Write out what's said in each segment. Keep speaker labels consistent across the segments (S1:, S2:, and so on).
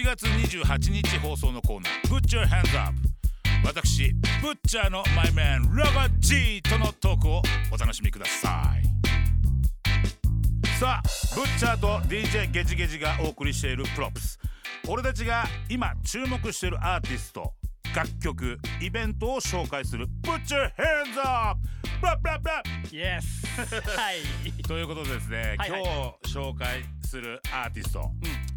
S1: 7月28日放送のコーナー「ブッチャーハンズアップ」私ブッチャーのマイメンラバー G とのトークをお楽しみくださいさあブッチャーと DJ ゲジゲジがお送りしているプロップス俺たちが今注目しているアーティスト楽曲イベントを紹介する「Put your hands up!」ブラブラブラ
S2: イエスはい
S1: ということでですね、
S2: はいはい
S1: 今日紹介するアーティスト、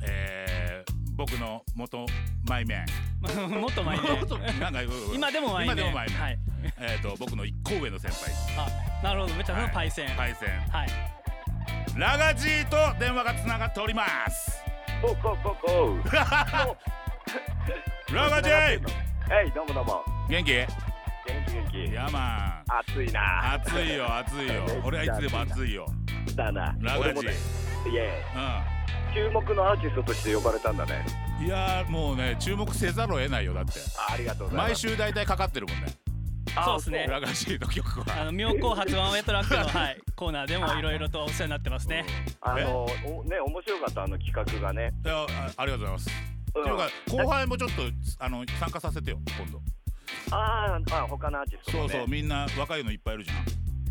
S1: えー僕の元マイメン
S2: ももっと前で
S1: 元なんか
S2: 今でも前で
S1: 今でも前ね
S2: はい
S1: えーと僕の一個上の先輩
S2: あなるほどめっちゃんの
S1: はい
S2: パイセンはい、
S1: パイセンラガジーと電話がつながっております
S3: こうこうこうこ
S1: ラガジ
S3: はい
S1: ー
S3: どうもどうも
S1: 元気
S3: 元気元
S1: いやまあ
S3: 気暑いな
S1: 暑いよ暑いよ俺はいつでも暑いよ
S3: だな
S1: ラガ
S3: 俺
S1: ジ
S3: も
S1: ー
S3: ねいえ
S1: う
S3: 注目のアーティストとして呼ばれたんだね
S1: んいやーもうね注目せざるを得ないよだって
S3: あありがとうござい
S1: 毎
S3: ます
S1: 週大体かかってるもんね
S2: そうですね
S1: ラガジーの曲は
S2: あの妙高発ワンウェイトラックの、はい、コーナーでもいろいろとお世話になってますね
S3: あのおね面白かったあの企画がね
S1: いやあありがとうございます。
S3: うん
S1: っていうか後輩もちょっとあの参加させてよ今度。
S3: あーあ他のアーティスト
S1: そ
S3: も
S1: うそう
S3: ね
S1: みんな若いのいっぱいいるじゃん。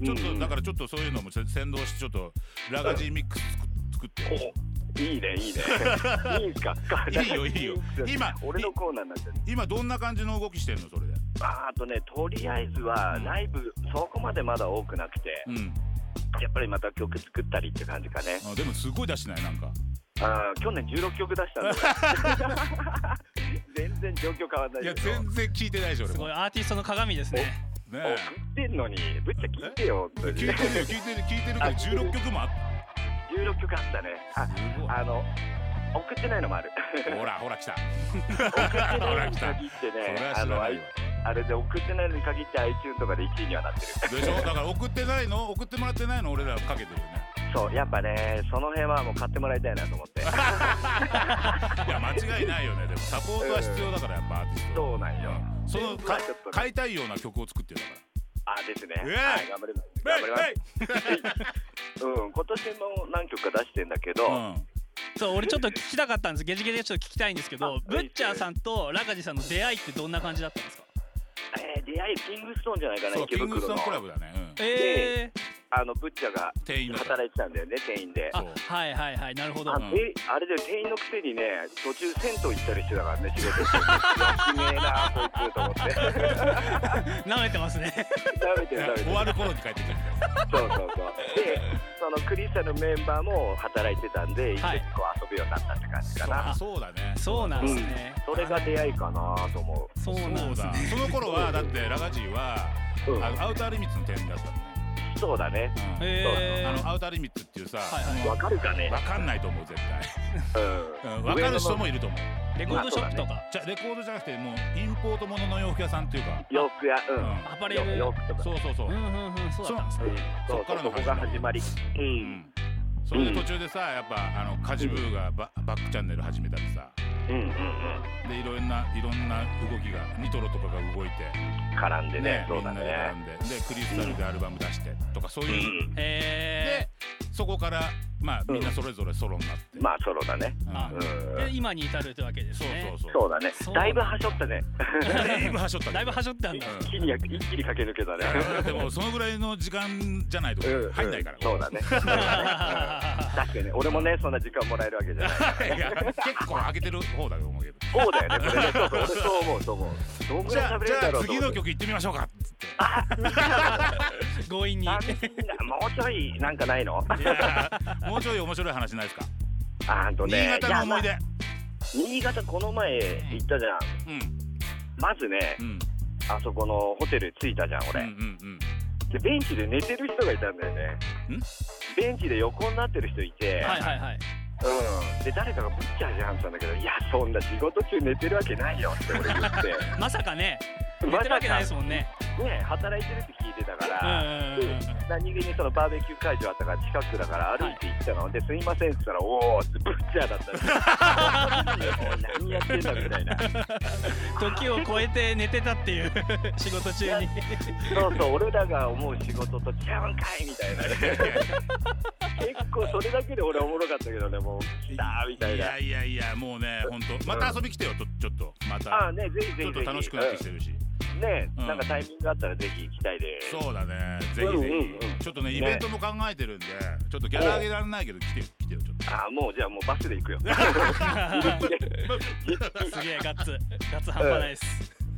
S1: ちょっと、
S3: うん
S1: だからちょっとそういうのもせ先導してちょっとラガジーミックス作作ってよ。
S3: おいいねいいね いいんすか
S1: いいよいいよ今
S3: 俺のコーナーになっちゃう
S1: 今どんな感じの動きしてるのそれで。
S3: あーあとねとりあえずはライブそこまでまだ多くなくて
S1: うん。
S3: やっぱりまた曲作ったりって感じかね
S1: あでもすごい出してないなんか。
S3: あー去年16曲出したんだ けど全然状況変わらない
S1: いや
S3: けど
S1: 全然聞いてないでしょ俺
S2: すご
S1: も。
S2: い
S1: ね
S2: アーティストの鏡ですね
S1: え。
S3: 送ってんのにぶっちゃ聞いてよ本当
S1: 聞い
S3: に
S1: てるよ聞いてる聞いてる
S3: あ
S1: けど16曲もあっ
S3: 16曲あったねあ
S1: た。
S3: あの送ってないのもある
S1: ほらほら来た。
S3: 送ってない
S1: ほら来
S3: のに
S1: た。
S3: 限って
S1: それ
S3: ね
S1: は
S3: あ
S1: 知ら
S3: のあ
S1: ない
S3: い
S1: わ。
S3: あれで送ってないのに限って iTune とかで1位にはなってる
S1: でしょだから送ってないの送ってもらってないの俺らかけてるよね。
S3: そうやっぱねその辺はもう買ってもらいたいなと 思って
S1: いや間違いないよねでもサポートは必要だからやっぱアーティスト
S3: そうなんよ
S1: うんその
S3: ま
S1: か
S3: あちょっとね
S1: 買いたいような曲を作ってるだか
S3: あですね
S1: ええ
S3: はい頑張ります頑張りま
S1: ら
S3: す うん今年も何曲か出してんだけど、
S1: うん
S2: そう俺ちょっと聞きたかったんですゲジゲジでちょっと聞きたいんですけど
S3: あ
S2: ブッチャーさんとラカジさんの出会いってどんな感じだったんですか
S3: えー出会いキングストーンじゃないかな
S1: そう
S3: 池
S1: キングスト
S3: 袋の
S1: ンクラブだねうん
S2: えー、
S3: あのブッチャが
S1: 店員だから
S3: 働いてたんだよね店員で
S2: あ
S1: そう
S2: はいはいはいなるほど
S3: あ
S1: うん
S3: えあれで店員のくせにね途中銭湯行ったりしてたからね仕事して きめえなこいつと思って
S2: なめてますね
S3: 食べて
S1: い
S3: る
S1: や
S3: 食
S1: 終
S3: べてる
S1: わる頃に帰ってくる
S3: そうそうそうでそのクリスタルメンバーも働いてたんで一緒
S2: はい
S3: にこう遊ぶようになったって感じかな、
S1: あそうだね
S2: そうなんですね、
S3: それが出会いかなと思
S2: そう
S1: そ
S2: なん
S1: う
S2: です
S1: だ
S2: ね
S1: その頃はだってラガジーは
S3: う、うん
S1: あのアウターリミッツの店員だったの
S3: そうだね
S1: ねうん
S2: え
S1: あ
S2: ー、
S1: のアウターリミッツっていうさ
S2: はいはい
S3: わかるかね
S1: 分かんないと思う絶
S3: う
S1: 対
S3: ん、
S1: うん分かる人もいると思う
S2: レコードショップとか、
S1: じゃレコードじゃなくてもうインポートものの洋服屋さんっていうか
S3: 洋服やうん、
S1: うん
S2: アパレル
S3: 洋服とか
S1: そうそうそう
S2: うんうんうんそうだったんですね
S3: う
S1: そ
S3: んそ
S1: っ
S3: う
S1: からの
S3: そこが始まりう
S1: うんんそれで途中でさやっぱあのカジブーがババックチャンネル始めたりさ
S3: うんうんうん
S1: でいろんないろんな動きがニトロとかが動いて
S3: 絡んでね
S1: み
S3: そうん
S1: な
S3: だ
S1: で
S3: ね
S1: 並んででクリスタルでアルバム出してとかそう
S3: う
S1: いうん
S2: え
S1: でそこからまあみんなそれぞれソロになって
S3: まあソロだね
S1: あ
S2: う
S3: うん
S2: ー、で今に至るというわけです
S1: そう
S2: ね
S1: そうそ
S3: そううだね
S2: そう
S3: だいぶはしょったね
S1: だいぶはしょった
S2: だいぶはし
S1: ょっ
S2: ょったんだ、
S3: 一気に一気に駆け抜けた ね
S1: でもそのぐらいの時間じゃないと
S3: う
S1: 入んないから
S3: そうだねそうだねうん確かにね俺もねそんな時間もらえるわけじゃな い
S1: いや結構上げてる方だと思うけど
S3: そうだよ ねそれねそうそう俺そう思うそう思うどんぐ
S1: じ
S3: らい
S1: ゃ
S3: 喋
S1: あ
S3: れ
S1: じ
S3: る
S1: ゃ
S3: だ
S1: あ
S3: ろうと
S1: 次
S3: 思
S1: の
S3: って
S1: 曲行ってみましょうかっつって
S2: 強引に
S3: あもうちょいなん かないの
S1: いやーもうちょい面白い話ないですか
S3: あんと
S1: 新
S3: ね
S1: 潟の思い
S3: や
S1: 出
S3: まあ新潟この前行ったじゃん
S1: うん
S3: まずね
S1: うん
S3: あそこのホテル着いたじゃん
S1: うん
S3: 俺
S1: うん
S3: でベンチで寝てる人がいたんだよね
S1: ん
S3: ベンチで横になってる人いて
S2: はいはいはい
S3: うん、で誰かがブッチャーじゃんって言ったんだけどいやそんな仕事中寝てるわけないよって俺 言って
S2: まさかね寝てるわけないですもんね
S3: ね働いてるって聞いてたか
S2: うん
S3: ら、
S2: うんうんうん
S3: 何気にそのバーベキュー会場あったから近くだから歩いて行ったの、で「すいません」って言ったら「おお」ってブッチャーだった んで何やってんだみたいな
S2: 時を超えて寝てたっていう 仕事中に
S3: そうそう俺らが思う仕事とちゃうんかいみたいなね結構それだけで俺おもろかったけどねもう来たみたい
S1: い
S3: な
S1: やいやいやもうね本当また遊び来てよとちょっとま
S3: ああ
S1: た
S3: ねぜひぜひぜひ
S1: ちょっと楽しくなってきてるし
S3: うんね
S1: うん
S3: なんかタイミングあったらぜひ行きたいです
S1: そうだねぜひぜ
S3: うんうんうん
S1: ひちょっとねイベントも考えてるんでちょっとギャラ上げられないけど来てよ来てよちょっと
S3: あもうじゃあもうバスで行 くよ
S2: すげえガッツガッツ半端ないです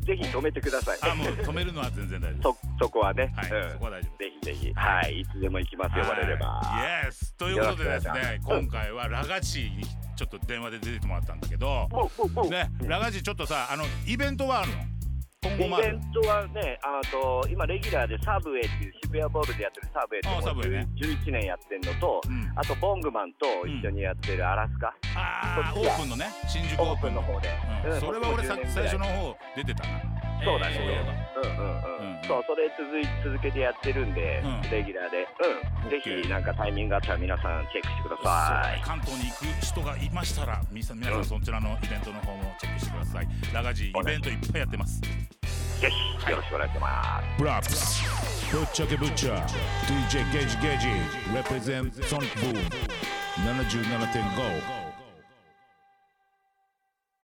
S3: ぜひ止めてください
S1: あもう止めるのは全然大丈夫
S3: そそこはね、
S1: はい、
S3: うん
S1: そこは大丈夫
S3: ぜひぜひはいいつでも行きます呼ばれれば
S1: はいイエスということでです
S3: よろしくお願
S1: ね
S3: いします
S1: 今回はラガチにちょっと電話で出てもらったんだけど
S3: おうおうおう
S1: ねラガチちょっとさあのイベントはあるの今
S3: イベ
S1: 後もあるの
S3: ントはね、あと今、レギュラーでサブウェイっていう渋谷ボールでやってるサブウェイって
S1: あサブウェイね
S3: 11年やってるのと、
S1: うん
S3: あとボングマンと一緒にやってるアラスカ、
S1: あーオープンのね新宿
S3: オ
S1: オー
S3: ープ
S1: プ
S3: ン
S1: ン
S3: の
S1: の
S3: 方で、
S1: うんそれは俺さ
S3: ここ10年ぐ
S1: 最
S3: らい
S1: 初の方出てたな
S3: そうだね
S1: そういえば
S3: うんうんう
S1: う
S3: ん
S1: ん
S3: そうそれ続い続けてやってるんで、
S1: うん
S3: レギュラーで、うん、ぜ
S1: OK
S3: ひなんかタイミングがあったら皆さんチェックしてくださ
S1: そう関東に行く人がいましたらみさ皆さ
S3: うん
S1: んそちらのイベントの方もチェックしてくださいラガジイ
S3: お願
S1: ベ
S3: い
S1: ントいっぱいやってます
S3: いぜひよろしくお願いします
S4: Props. Butcher ke Butcher. DJ Gage Gage. Represent Sonic Boom. 77.5.